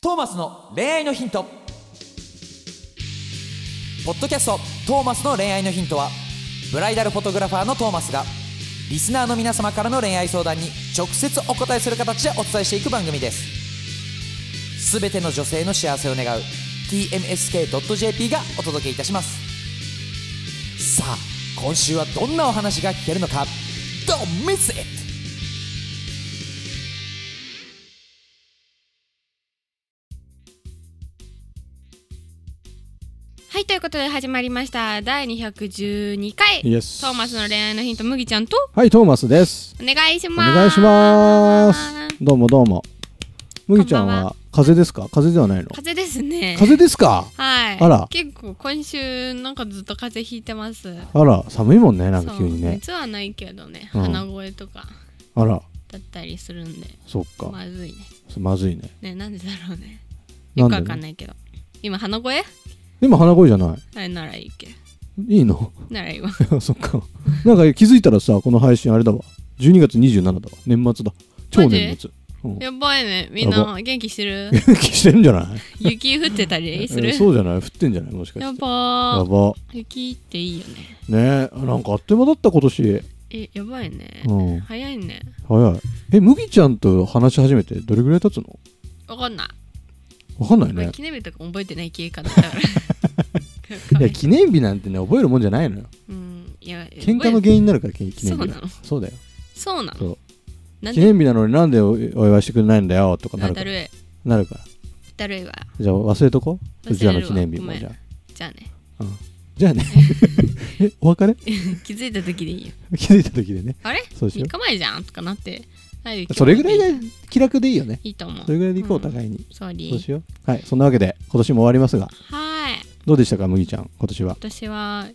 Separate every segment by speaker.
Speaker 1: トーマスの恋愛のヒントポッドキャスト「トーマスの恋愛のヒントは」ブライダルフォトグラファーのトーマスがリスナーの皆様からの恋愛相談に直接お答えする形でお伝えしていく番組ですすべての女性の幸せを願う TMSK.jp がお届けいたしますさあ今週はどんなお話が聞けるのか Don't miss it!
Speaker 2: はいということで始まりました第212回ト
Speaker 3: Yes
Speaker 2: ーマスの恋愛のヒント麦ちゃんと
Speaker 3: はい、トーマスです。
Speaker 2: お願いし
Speaker 3: お
Speaker 2: ます
Speaker 3: 願いします。どうもどうも。麦ちゃん
Speaker 2: こんばん
Speaker 3: は風邪ですか風邪ではないの
Speaker 2: 風邪ですね
Speaker 3: 風邪ですか
Speaker 2: はい
Speaker 3: あら
Speaker 2: 結構今週なんかずっと風邪ひいてます
Speaker 3: あら、寒いもんね、なんか
Speaker 2: そ
Speaker 3: 急
Speaker 2: う
Speaker 3: にね。
Speaker 2: 熱はないけどね、
Speaker 3: うん
Speaker 2: 鼻声とか
Speaker 3: あら、
Speaker 2: だったりするんで
Speaker 3: そっか。
Speaker 2: まずいね
Speaker 3: まずいね。
Speaker 2: ねなんでだろうね
Speaker 3: な
Speaker 2: よ
Speaker 3: ん
Speaker 2: く
Speaker 3: で
Speaker 2: わかんないけど今鼻声
Speaker 3: でも鼻声じゃない。
Speaker 2: あれならいいけ
Speaker 3: いいの
Speaker 2: ならいいわ
Speaker 3: そ っか。なんか気づいたらさ、この配信あれだわ。12月27だわ。年末だ。超年末。うん
Speaker 2: やばいねみん
Speaker 3: や
Speaker 2: な元気してる
Speaker 3: 元気してんじゃない
Speaker 2: 雪降ってたりする、
Speaker 3: え そうじゃない降ってんじゃないもしかして。
Speaker 2: や
Speaker 3: や
Speaker 2: ばー
Speaker 3: ば。
Speaker 2: 雪っていいよね
Speaker 3: ねえ、なんかあっという間だった今年。
Speaker 2: えやばいね、
Speaker 3: うん。
Speaker 2: 早いね
Speaker 3: 早い。え、麦ちゃんと話し始めてどれぐらい経つの
Speaker 2: わかんない、
Speaker 3: わかんない
Speaker 2: まあ
Speaker 3: ね。
Speaker 2: 記念日とか覚えてない系かな だから
Speaker 3: いや、記念日なんてね、覚えるもんじゃないのよ。
Speaker 2: うんいや
Speaker 3: 喧嘩の
Speaker 2: 覚え
Speaker 3: 原因になるから、記記
Speaker 2: そう
Speaker 3: 念日
Speaker 2: な
Speaker 3: が
Speaker 2: の。
Speaker 3: そうだよ。
Speaker 2: そうなの
Speaker 3: そう
Speaker 2: なん
Speaker 3: 記
Speaker 2: で
Speaker 3: 念日なのになんでおお祝いしてくれないんだよとかな
Speaker 2: あ
Speaker 3: る
Speaker 2: だ
Speaker 3: から。
Speaker 2: るい
Speaker 3: なるから。
Speaker 2: だるいわ
Speaker 3: じゃあ忘れとこ
Speaker 2: 忘れる
Speaker 3: う。
Speaker 2: わ
Speaker 3: うちらの記念日
Speaker 2: ご
Speaker 3: も
Speaker 2: めん
Speaker 3: じゃあ。
Speaker 2: じゃあね
Speaker 3: じ ゃあね。え、お別れ
Speaker 2: 気づいた時でいいよ
Speaker 3: 気づいた時でね。
Speaker 2: あれ
Speaker 3: そうしよ
Speaker 2: 3日前じゃんとかなってはい
Speaker 3: それぐらいが
Speaker 2: い
Speaker 3: 気楽でいいよね。
Speaker 2: いと思う
Speaker 3: それぐらいでいこう、お
Speaker 2: ん
Speaker 3: 互いに。
Speaker 2: ソーリ
Speaker 3: そうし
Speaker 2: ー
Speaker 3: よう。はい、そんなわけで、今年も終わりますが、
Speaker 2: はい
Speaker 3: どうでしたか、麦ちゃん、今年は。
Speaker 2: 私は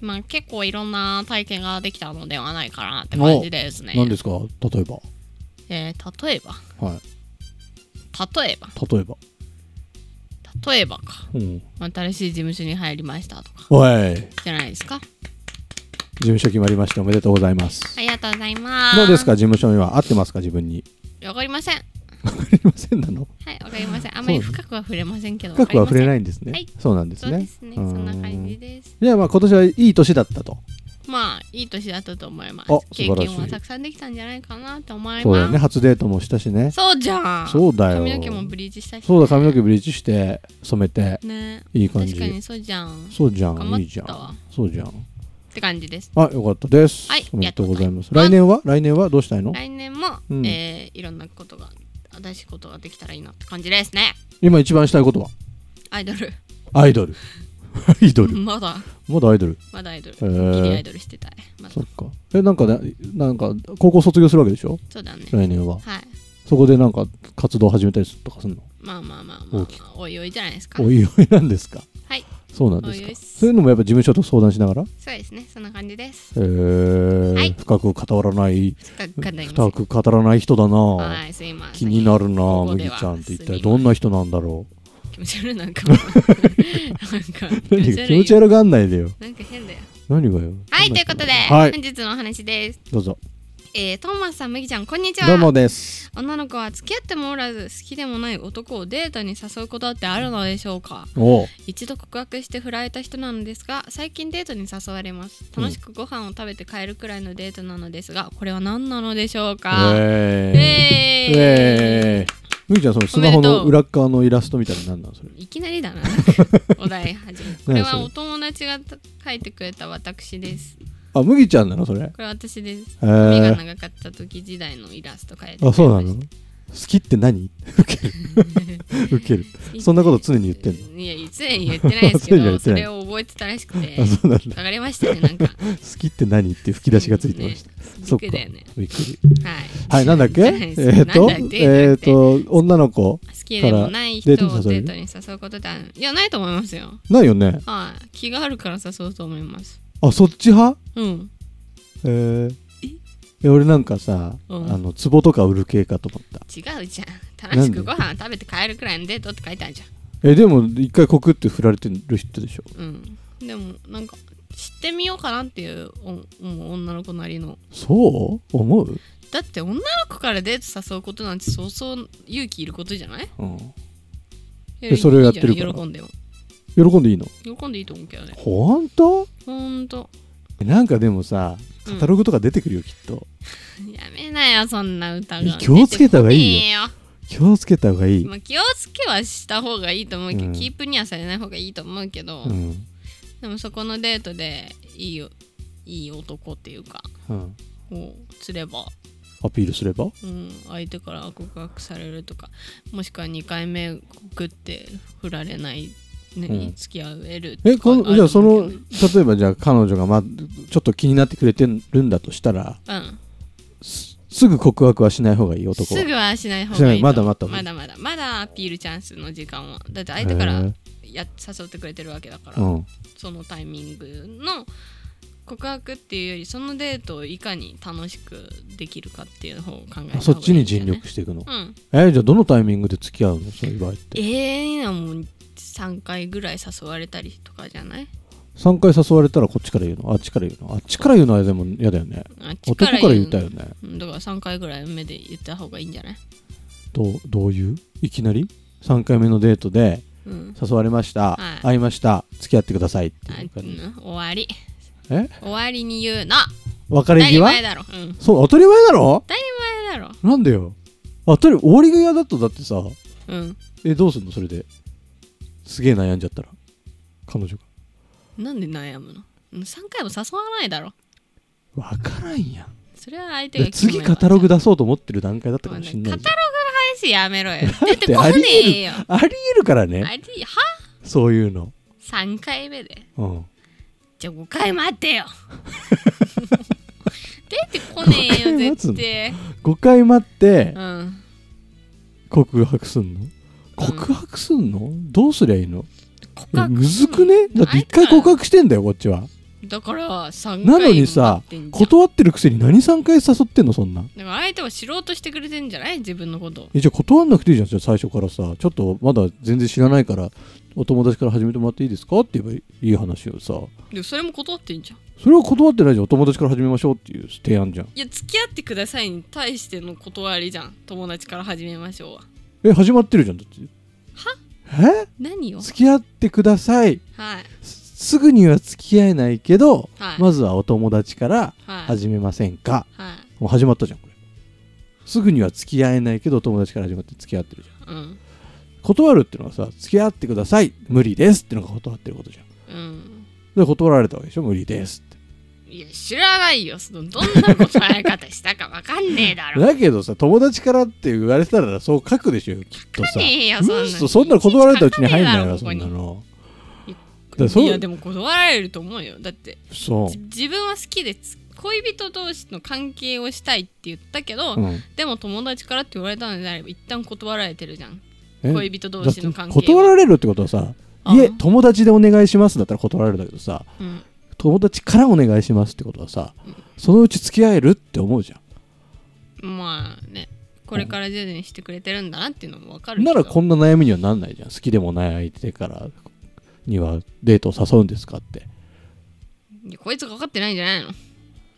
Speaker 2: まあ結構いろんな体験ができたのではないかなって感じですね
Speaker 3: 何ですか、例えば。
Speaker 2: えー例えば
Speaker 3: はい、
Speaker 2: 例えば
Speaker 3: 例えば。
Speaker 2: 例えばか
Speaker 3: うん。
Speaker 2: 新しい事務所に入りましたとか
Speaker 3: おい、事
Speaker 2: じゃないですか
Speaker 3: 務所決まりまして、おめでとうございます。
Speaker 2: ありがとうございます
Speaker 3: どうですか、事務所には合ってますか、自分に。
Speaker 2: わかりませんは
Speaker 3: わかりませんなの
Speaker 2: いわかりませんあまり深くは触れませんけど
Speaker 3: 深くは触れないいんですね、
Speaker 2: はい
Speaker 3: そうなんです
Speaker 2: そうで
Speaker 3: ね
Speaker 2: すね
Speaker 3: う
Speaker 2: そ
Speaker 3: ー
Speaker 2: んな感じです
Speaker 3: じゃあまあ今年はいい年だったと
Speaker 2: まあいい年だったと思います
Speaker 3: あ
Speaker 2: 経
Speaker 3: 素晴らしい
Speaker 2: 験はたくさんできたんじゃないかなと思い
Speaker 3: そう
Speaker 2: ま
Speaker 3: だよ
Speaker 2: す
Speaker 3: ね初デートもしたしね
Speaker 2: そうじゃん
Speaker 3: そうだよ
Speaker 2: 髪の毛もブリーチしたし
Speaker 3: そうだ髪の毛ブリーチして染めて
Speaker 2: ね
Speaker 3: いい感
Speaker 2: 確かに
Speaker 3: じ
Speaker 2: そうじゃん
Speaker 3: そうじゃ
Speaker 2: 頑
Speaker 3: んいい
Speaker 2: 張
Speaker 3: じゃ
Speaker 2: ったわ
Speaker 3: んそうじゃん
Speaker 2: って感じです
Speaker 3: あよかったです、
Speaker 2: はい
Speaker 3: おめでとうございます
Speaker 2: やっと
Speaker 3: 来年は来年はどうしたいの
Speaker 2: 来年も、
Speaker 3: うん
Speaker 2: えーいろんなことが新しいことができたらいいなって感じですね
Speaker 3: 今一番したいことは
Speaker 2: アイドル
Speaker 3: アイドルアイドル
Speaker 2: まだ
Speaker 3: まだアイドル
Speaker 2: まだアイドル、
Speaker 3: へー
Speaker 2: ギリアイドルしてたいまだ
Speaker 3: そっかえなんかねなんか高校卒業するわけでしょ
Speaker 2: そうだね
Speaker 3: 来年は
Speaker 2: はい
Speaker 3: そこでなんか活動始めたりとかするの
Speaker 2: まあまあまあま
Speaker 3: 大
Speaker 2: あ
Speaker 3: き
Speaker 2: おいおいじゃないですか
Speaker 3: おいおいなんですか
Speaker 2: はい
Speaker 3: そうなんです
Speaker 2: おいおい
Speaker 3: か
Speaker 2: っす
Speaker 3: そういうのもやっぱ事務所と相談しながら
Speaker 2: そうですねそんな感じです
Speaker 3: へー
Speaker 2: はい
Speaker 3: 深く語らない
Speaker 2: 深く考えません
Speaker 3: 深く語らない人だな、
Speaker 2: はいすいません
Speaker 3: 気になるな
Speaker 2: ここ
Speaker 3: 麦
Speaker 2: で
Speaker 3: ち
Speaker 2: は
Speaker 3: ゃんって一体
Speaker 2: すみま
Speaker 3: どんな人なんだろ
Speaker 2: せん気持ち悪いなん かなんか
Speaker 3: う何が気持ち悪がんないでよ
Speaker 2: なんか変だよ
Speaker 3: 何がよ
Speaker 2: はいということで、
Speaker 3: は い
Speaker 2: 本日のお話です
Speaker 3: どうぞ
Speaker 2: えー、トーマスさん麦ちゃんこんにちは
Speaker 3: どうもです
Speaker 2: 女の子は付き合ってもおらず好きでもない男をデートに誘うことってあるのでしょうか
Speaker 3: おう
Speaker 2: 一度告白して振られた人なのですが最近デートに誘われます楽しくご飯を食べて帰るくらいのデートなのですがこれは何なのでしょうか
Speaker 3: え
Speaker 2: ええー
Speaker 3: ー、えー麦ちゃんそのスマホ
Speaker 2: おめで
Speaker 3: の
Speaker 2: とう
Speaker 3: 裏っ側のイラストみたいなの何なのそれ
Speaker 2: いきなり だなお題始めこれはお友達が書いてくれた私です
Speaker 3: あ麦ちゃんなのそれ
Speaker 2: これ私です
Speaker 3: え
Speaker 2: 髪が
Speaker 3: ー、
Speaker 2: 長かった時時代のイラスト書いてくれ
Speaker 3: あ
Speaker 2: ました
Speaker 3: そうなの好きって何 ウケるウケるそんなこと常に言ってんの
Speaker 2: いや常に言ってないですけ
Speaker 3: 常に
Speaker 2: ど
Speaker 3: は言って
Speaker 2: そ
Speaker 3: ない
Speaker 2: れを覚えてたらしくて
Speaker 3: あそうなんだ
Speaker 2: 書かれましたねなん か
Speaker 3: 好きって何っていう吹き出しがついてました、
Speaker 2: ね
Speaker 3: そっか
Speaker 2: びっくりだよね
Speaker 3: びっくり
Speaker 2: はい
Speaker 3: はい、な んだっ
Speaker 2: じ
Speaker 3: けえ
Speaker 2: ゃないです
Speaker 3: ーと、
Speaker 2: なんだっけ
Speaker 3: えーと、女の子。
Speaker 2: 好きでもない人をデートに誘うことってあるいやないと思いますよ
Speaker 3: ないよね。
Speaker 2: はい気があるから誘うと思います
Speaker 3: あ、そっち派
Speaker 2: うん
Speaker 3: えーえ、俺なんかさ、
Speaker 2: うん
Speaker 3: あの、壺とか売る系かと思った。
Speaker 2: 違うじゃん楽しくご飯食べて帰るくらいのデートって書いてあるじ
Speaker 3: え、でも、一回コクって振られてる人でしょ。
Speaker 2: ゃんうんでもなんか知ってみようかなっていうおもう女の子なりの
Speaker 3: そう思う
Speaker 2: だって女の子からデート誘うことなんてそうそう勇気いることじゃない
Speaker 3: うん。でそれをやってるから
Speaker 2: いいじゃない喜んでも
Speaker 3: 喜んでいいの
Speaker 2: 喜んでいいと思うけどね
Speaker 3: ほんと
Speaker 2: ほんと
Speaker 3: なんかでもさカタログとか出てくるよ、きっと
Speaker 2: やめなよそんな歌が
Speaker 3: 気をつけた方がいい
Speaker 2: よ
Speaker 3: 気をつけた方がいい、
Speaker 2: まあ、気をつけはした方がいいと思うけど、
Speaker 3: うん
Speaker 2: キープにはされない方がいいと思うけど、
Speaker 3: うん
Speaker 2: でもそこのデートでいいよいい男っていうか
Speaker 3: うん、
Speaker 2: を釣れば、
Speaker 3: アピールすれば
Speaker 2: うん、相手から告白されるとかもしくは2回目告って振られないの
Speaker 3: う
Speaker 2: に
Speaker 3: ん
Speaker 2: 付き合えるとか
Speaker 3: えこの
Speaker 2: あ
Speaker 3: じゃあ
Speaker 2: ると
Speaker 3: そ
Speaker 2: 思
Speaker 3: の
Speaker 2: うけどね
Speaker 3: 例えばじゃあ彼女が、まあ、ちょっと気になってくれてるんだとしたら
Speaker 2: うん、
Speaker 3: すすぐ告白はしない方がいい男は
Speaker 2: すぐはしない方がいい
Speaker 3: し
Speaker 2: と
Speaker 3: ないま
Speaker 2: 思
Speaker 3: だ
Speaker 2: う
Speaker 3: 待った方がい
Speaker 2: ま
Speaker 3: い
Speaker 2: だまだまだアピールチャンスの時間はだって相手から
Speaker 3: へ
Speaker 2: や誘ってくれてるわけだから、
Speaker 3: ーうん
Speaker 2: そのタイミングの告白っていうよりそのデートをいかに楽しくできるかっていう方を考えた方がいいんだよね
Speaker 3: あそっちに尽力していく
Speaker 2: う
Speaker 3: の、
Speaker 2: ん
Speaker 3: えじゃあどのタイミングで付き合うのそういう場合って
Speaker 2: 永遠はもう3回ぐらい誘われたりとかじゃない
Speaker 3: 3回誘われたらこっちから言うのあっちから言うのあっちから言うのはでも嫌だよね
Speaker 2: あっち
Speaker 3: 男
Speaker 2: か
Speaker 3: からら
Speaker 2: 言う
Speaker 3: 言ったよね
Speaker 2: うんだから3回ぐらい目で言った方がいいんじゃない
Speaker 3: どうどういういきなり3回目のデートで
Speaker 2: うん
Speaker 3: 誘われました、
Speaker 2: はい
Speaker 3: 会いました付き合ってくださいって
Speaker 2: あ
Speaker 3: いう
Speaker 2: う
Speaker 3: 感じ、
Speaker 2: ん終わり
Speaker 3: え
Speaker 2: 終わりに言うの
Speaker 3: 別
Speaker 2: 当
Speaker 3: れ
Speaker 2: たり
Speaker 3: 際
Speaker 2: 前だろうん
Speaker 3: そう当たり前だろ
Speaker 2: 当たり前だろ
Speaker 3: なんでよ当たり終わりが嫌だとだってさ
Speaker 2: うん
Speaker 3: えどうすんのそれですげえ悩んじゃったら彼女が
Speaker 2: なんで悩むのうん3回も誘わないだろ
Speaker 3: 分からんやん
Speaker 2: それは相手
Speaker 3: で
Speaker 2: が
Speaker 3: 次カタログ
Speaker 2: だ
Speaker 3: 出そうと思ってる段階だったかもしんない
Speaker 2: カ
Speaker 3: じ
Speaker 2: タログ配信やめろよ出
Speaker 3: って
Speaker 2: てこ
Speaker 3: あ
Speaker 2: ね
Speaker 3: り
Speaker 2: えよ
Speaker 3: ゃんありえるからね
Speaker 2: ありは
Speaker 3: そういうの。
Speaker 2: 3回目で
Speaker 3: うん。
Speaker 2: じゃあ5回待ってよ出てこね えよ
Speaker 3: 5回待つの
Speaker 2: 絶対
Speaker 3: 5回待って
Speaker 2: うん
Speaker 3: 告白すんの告白すんのどうすりゃいいのい
Speaker 2: 告
Speaker 3: や
Speaker 2: 白
Speaker 3: むずくねだって1回告白してんだよこっちは。
Speaker 2: だから3回
Speaker 3: なのにさ
Speaker 2: 待ってんじゃん
Speaker 3: 断ってるくせに何3回誘ってんのそんな。
Speaker 2: だから相手は知ろうとしてくれてんじゃない自分のこと
Speaker 3: えじゃあ断んなくていいじゃんじゃあ最初からさちょっとまだ全然知らないからお友達から始めてもらっていいですかって言えばいい話をさ
Speaker 2: でもそれも断ってんじゃん
Speaker 3: それは断ってないじゃんお友達から始めましょうっていう提案じゃん
Speaker 2: いや付き合ってくださいに対しての断りじゃん友達から始めましょうは
Speaker 3: え始まってるじゃんだっては
Speaker 2: 何
Speaker 3: え
Speaker 2: を
Speaker 3: 付き合ってください
Speaker 2: はい
Speaker 3: すすぐには付き合えないけど、
Speaker 2: はい
Speaker 3: まずはお友達から
Speaker 2: はい
Speaker 3: 始めませんか、
Speaker 2: はい
Speaker 3: もう始まったじゃんこれすぐには付き合えないけど友達から始まって付き合ってるじゃん
Speaker 2: うん
Speaker 3: 断るっていうのはさ付き合ってください無理ですっていうのが断ってることじゃん
Speaker 2: うん
Speaker 3: で断られたわけでしょ無理ですって
Speaker 2: いや知らないよそのどんな断られ方したかわかんねえだろ
Speaker 3: だけどさ友達からって言われてたらそう書くでしょきっとさ
Speaker 2: ねえよそんなの
Speaker 3: 嘘そんなの断られたうちに入んないわ
Speaker 2: いちいち書
Speaker 3: そ
Speaker 2: か
Speaker 3: ん
Speaker 2: ねえ
Speaker 3: な
Speaker 2: だろ
Speaker 3: のからそう
Speaker 2: いやでも断られると思うよだって
Speaker 3: そ
Speaker 2: じ自分は好きでつ恋人同士の関係をしたいって言ったけど、
Speaker 3: う、うん、
Speaker 2: でも友達からって言われたのであれば一旦断られてるじゃん
Speaker 3: え
Speaker 2: 恋人同士の
Speaker 3: だっ
Speaker 2: 関
Speaker 3: て
Speaker 2: 係
Speaker 3: 断られるってことはさ「
Speaker 2: あ
Speaker 3: いえ友達でお願いします」だったら断られるんだけどさ
Speaker 2: うん
Speaker 3: 友達からお願いしますってことはさ、
Speaker 2: うん
Speaker 3: そのうち付き合えるって思うじゃ
Speaker 2: まあねこれから徐々にしてくれてるんだなっていうのも分かる
Speaker 3: ん
Speaker 2: け
Speaker 3: な
Speaker 2: ど
Speaker 3: らこんな悩みにはなんないじゃん好きでもない相手からにはデートを誘うんですかって
Speaker 2: いやこいつが分かってないんじゃないの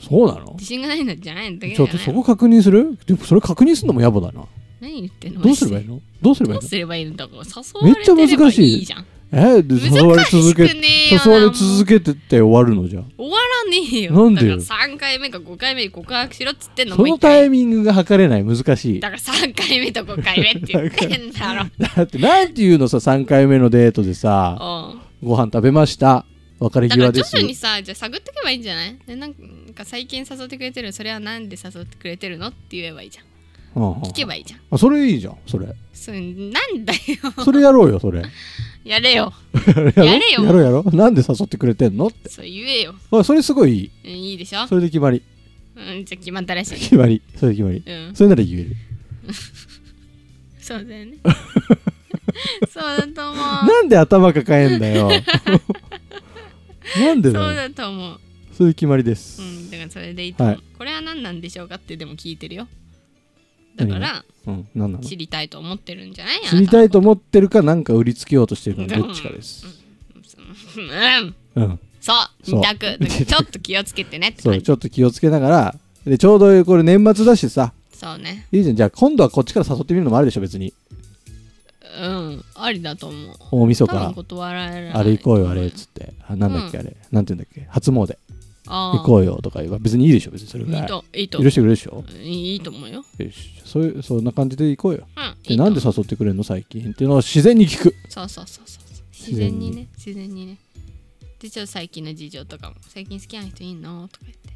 Speaker 3: そうなの
Speaker 2: 自信がないんだじゃないんだけ
Speaker 3: ちょ
Speaker 2: ど
Speaker 3: っとそこ確認するでもそれ確認するのも野暮だな
Speaker 2: 何言ってんの
Speaker 3: どうすればいいのどうすればい
Speaker 2: ど
Speaker 3: いうの
Speaker 2: すればいいんだから誘われて
Speaker 3: めっ
Speaker 2: れ
Speaker 3: ちゃ
Speaker 2: ば
Speaker 3: 難
Speaker 2: い
Speaker 3: しい
Speaker 2: いじゃん
Speaker 3: えで誘われ
Speaker 2: 難し
Speaker 3: 続け
Speaker 2: くねえよな
Speaker 3: 誘われ続けてって終わるのじゃん
Speaker 2: 終わらねえよ
Speaker 3: なんでよ
Speaker 2: だから3回目か5回目に告白しろっつってんの
Speaker 3: そ
Speaker 2: もう
Speaker 3: の
Speaker 2: 一回
Speaker 3: タイミングが測れない難しい
Speaker 2: だから3回目と5回目って言ってんだろ
Speaker 3: だってなんていうのさ3回目のデートでさ
Speaker 2: うん
Speaker 3: ご飯食べました別れ
Speaker 2: だか
Speaker 3: 際
Speaker 2: ら
Speaker 3: で
Speaker 2: 徐
Speaker 3: す
Speaker 2: 々にさじゃあ探ってけばいいんじゃないでなんか最近誘ってくれてるそれはなんで誘ってくれてるのって言えばいいじゃん
Speaker 3: うんうん
Speaker 2: 聞けばいいじゃん
Speaker 3: あそれいいじゃんそれ
Speaker 2: それなんだよ
Speaker 3: それやろうよそれ
Speaker 2: やれよ
Speaker 3: やろ
Speaker 2: やれよ
Speaker 3: やろうやろうなんで誘ってくれてんのって
Speaker 2: そう言えよ、
Speaker 3: あそれすごいいい
Speaker 2: うん、いいでしょ
Speaker 3: それで決まり
Speaker 2: うんじゃあ決まったらしい
Speaker 3: 決まりそれで決まり
Speaker 2: うん
Speaker 3: それなら言える
Speaker 2: そうだ よねそうだと思う
Speaker 3: なんで頭抱えんだよなんで
Speaker 2: そう
Speaker 3: だよ
Speaker 2: だと思う
Speaker 3: それで決まりです
Speaker 2: うんだからそれでいいと思う、
Speaker 3: はい
Speaker 2: これは何なんでしょうかってでも聞いてるよだから
Speaker 3: うんなんなの
Speaker 2: 知りたいと思ってるんじゃない
Speaker 3: 知りたいと
Speaker 2: 思
Speaker 3: 思ってるかなんか売りつけようとしてるかどっちかです
Speaker 2: うん
Speaker 3: うん
Speaker 2: そう
Speaker 3: そう
Speaker 2: 二択だからちょっと気をつけてねって
Speaker 3: そ
Speaker 2: 感
Speaker 3: う
Speaker 2: じ
Speaker 3: ちょっと気をつけながらでちょうどこれ年末だしさ
Speaker 2: そうね
Speaker 3: いいじゃんじゃあ今度はこっちから誘ってみるのもあるでしょ別に
Speaker 2: うんありだと思う
Speaker 3: 大晦
Speaker 2: 多
Speaker 3: 日
Speaker 2: 分断られない
Speaker 3: あれ行こうよあれっつってあなんだっけあれ、なんて言うんだっけ初詣
Speaker 2: あ
Speaker 3: 行こうよとか言えば別にいいでしょ別にそれぐ
Speaker 2: い
Speaker 3: ら
Speaker 2: い
Speaker 3: い
Speaker 2: といいと
Speaker 3: 許してくれるでしょ
Speaker 2: いいと思うよ
Speaker 3: よしそういうそんな感じで行こうよ
Speaker 2: うんい
Speaker 3: で
Speaker 2: いと
Speaker 3: なんで誘ってくれるの最近っていうのを自然に聞く
Speaker 2: そうそうそうそう自
Speaker 3: 自
Speaker 2: 然
Speaker 3: 然
Speaker 2: に
Speaker 3: に
Speaker 2: ね自然にねでちょっと最近の事情とかも最近好きな人いんのとか言って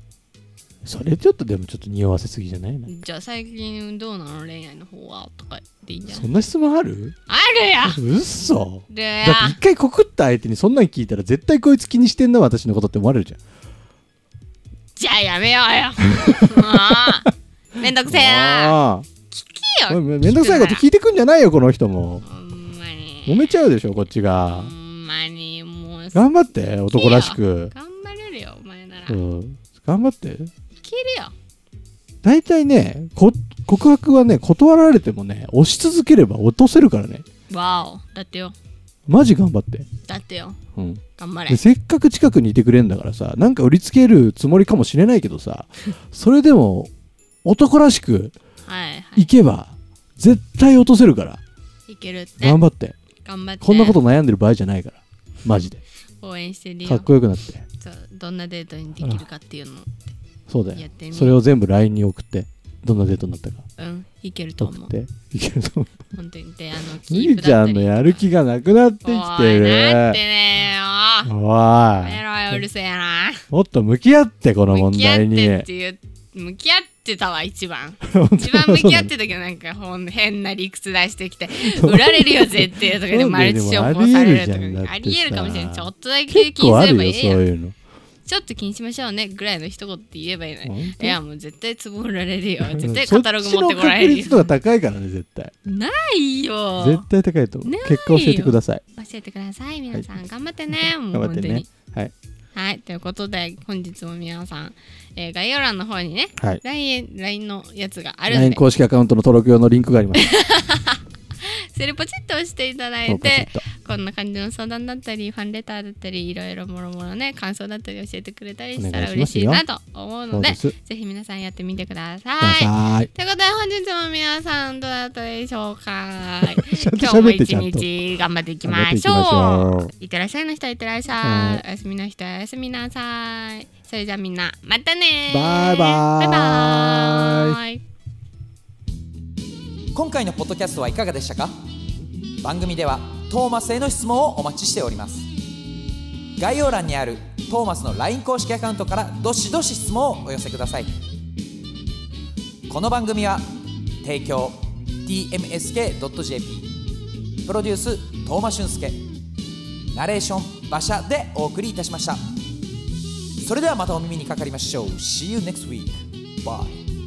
Speaker 3: それちょっとでもちょっと匂わせすぎじゃないなんか
Speaker 2: じゃあ最近どうなの恋愛の方はとか言っていいんじゃな
Speaker 3: そ
Speaker 2: い
Speaker 3: んな質問ある
Speaker 2: あるや
Speaker 3: うっそ
Speaker 2: で
Speaker 3: だって一回告った相手にそんなん聞いたら絶対こいつ気にしてんな私のことって思われるじゃん
Speaker 2: じゃあやめようよ もうめんどくせえな
Speaker 3: あ
Speaker 2: 聞
Speaker 3: あ
Speaker 2: け
Speaker 3: め
Speaker 2: よ
Speaker 3: めんどくさいこと聞いてくんじゃないよこの人も
Speaker 2: ほんま
Speaker 3: 揉
Speaker 2: に
Speaker 3: めちゃうでしょこっち
Speaker 2: ほ
Speaker 3: が
Speaker 2: んまにもう頑
Speaker 3: 頑張って男らしく、
Speaker 2: 張れるよお前なら
Speaker 3: う
Speaker 2: い
Speaker 3: ん、頑張って
Speaker 2: けるよ
Speaker 3: 大体ねこ告白はね断られてもね押し続ければ落とせるからね
Speaker 2: わおだってよ
Speaker 3: マジ頑張って、
Speaker 2: だってよ
Speaker 3: うん、
Speaker 2: 頑張れ
Speaker 3: でせっかく近くにいてくれんだからさなんか売りつけるつもりかもしれないけどさそれでも男らしく
Speaker 2: はいはい
Speaker 3: 行けば絶対落とせるから
Speaker 2: いけるって
Speaker 3: 頑張って
Speaker 2: 頑張って
Speaker 3: こんなこと悩んでる場合じゃないからマジで
Speaker 2: 応援してる
Speaker 3: か
Speaker 2: よ
Speaker 3: っこよくなって
Speaker 2: そうどんなデートにできるかっていうの
Speaker 3: そうだ
Speaker 2: や
Speaker 3: よ
Speaker 2: ってみ
Speaker 3: それを全部 LINE に送ってどんなデートになったか
Speaker 2: うんいけると
Speaker 3: 送
Speaker 2: 思
Speaker 3: っ
Speaker 2: う
Speaker 3: ていけると思う
Speaker 2: 本当にであのキ
Speaker 3: み
Speaker 2: ー
Speaker 3: ゆ
Speaker 2: プ
Speaker 3: ち
Speaker 2: だ
Speaker 3: ゃ
Speaker 2: った
Speaker 3: ん
Speaker 2: り
Speaker 3: のやる気がなくなってきて
Speaker 2: おいな
Speaker 3: る
Speaker 2: ってねえよ
Speaker 3: お
Speaker 2: やめ
Speaker 3: い
Speaker 2: ろようるせえな
Speaker 3: もっと向き合ってこの
Speaker 2: 向
Speaker 3: 問
Speaker 2: き合っ
Speaker 3: 題
Speaker 2: てっ
Speaker 3: に
Speaker 2: ていう向き合ってたわ一番
Speaker 3: 本当に
Speaker 2: 一番向き合ってたけどなんかほん変な理屈出してきて売られるよ絶対とかで
Speaker 3: そうだよ
Speaker 2: マルチ商法される
Speaker 3: でも
Speaker 2: とかあ
Speaker 3: あ
Speaker 2: り
Speaker 3: り
Speaker 2: え
Speaker 3: え
Speaker 2: る
Speaker 3: る
Speaker 2: か
Speaker 3: じゃ
Speaker 2: もしれ
Speaker 3: んだってさ
Speaker 2: ないちょっとだけ
Speaker 3: 結
Speaker 2: 気に
Speaker 3: 構あ
Speaker 2: すれば
Speaker 3: る
Speaker 2: い
Speaker 3: よ
Speaker 2: い
Speaker 3: そう
Speaker 2: やん
Speaker 3: いうの
Speaker 2: ちょっと気にしましょうねぐらいの一言って言えばいいのに
Speaker 3: 本当
Speaker 2: いやもう絶対壺売られるよ絶対
Speaker 3: そ
Speaker 2: カ
Speaker 3: っち
Speaker 2: タログ持ってこられる
Speaker 3: の確率と
Speaker 2: よ
Speaker 3: か高いからね絶対
Speaker 2: ないよ
Speaker 3: 絶対高いと思
Speaker 2: ないうよ
Speaker 3: 結果教えてください
Speaker 2: 教えてください皆さん、頑張ってねもう
Speaker 3: 頑張ってね
Speaker 2: 本
Speaker 3: はい
Speaker 2: 当にはいということで本日も皆さん、えー概要欄の方にね
Speaker 3: はい
Speaker 2: LINE, LINE のやつがあるん
Speaker 3: LINE
Speaker 2: で
Speaker 3: 公式アカウントの登録用のリンクがあります
Speaker 2: それポチッと押していただ
Speaker 3: も
Speaker 2: いう
Speaker 3: ポチ
Speaker 2: て
Speaker 3: ッと
Speaker 2: こんな感じの相談だったりファンレターだったりいろいろもろもろね感想だったり教えてくれたりしたら
Speaker 3: お願い
Speaker 2: 嬉しい
Speaker 3: しま
Speaker 2: な
Speaker 3: す
Speaker 2: と思う
Speaker 3: そ
Speaker 2: の
Speaker 3: う
Speaker 2: で
Speaker 3: ですく
Speaker 2: ぜひ皆さんやってみてくださ
Speaker 3: だ
Speaker 2: い。
Speaker 3: さい
Speaker 2: ということで本日も皆さんどうだったでしょうか
Speaker 3: ちゃんと
Speaker 2: 今日も
Speaker 3: 喋って
Speaker 2: 一
Speaker 3: ちゃんと
Speaker 2: 日頑張っていきまし
Speaker 3: 頑張
Speaker 2: ょ
Speaker 3: って
Speaker 2: うい
Speaker 3: いきましょ
Speaker 2: ってらっしゃいの人はいってらっしゃ
Speaker 3: はい
Speaker 2: おやすみの人はおやすみなさいそれじゃあみんなまたね
Speaker 3: バイバイ
Speaker 2: バイバイ
Speaker 1: 今回のポッドキャストはいかがでしたか番組ではトーマスへの質問をお待ちしております概要欄にあるトーマスの LINE 公式アカウントからどしどし質問をお寄せくださいこの番組は提供 tmsk.jp プロデューストーマ俊介ナレーション馬車でお送りいたしましたそれではまたお耳にかかりましょう See you next week Bye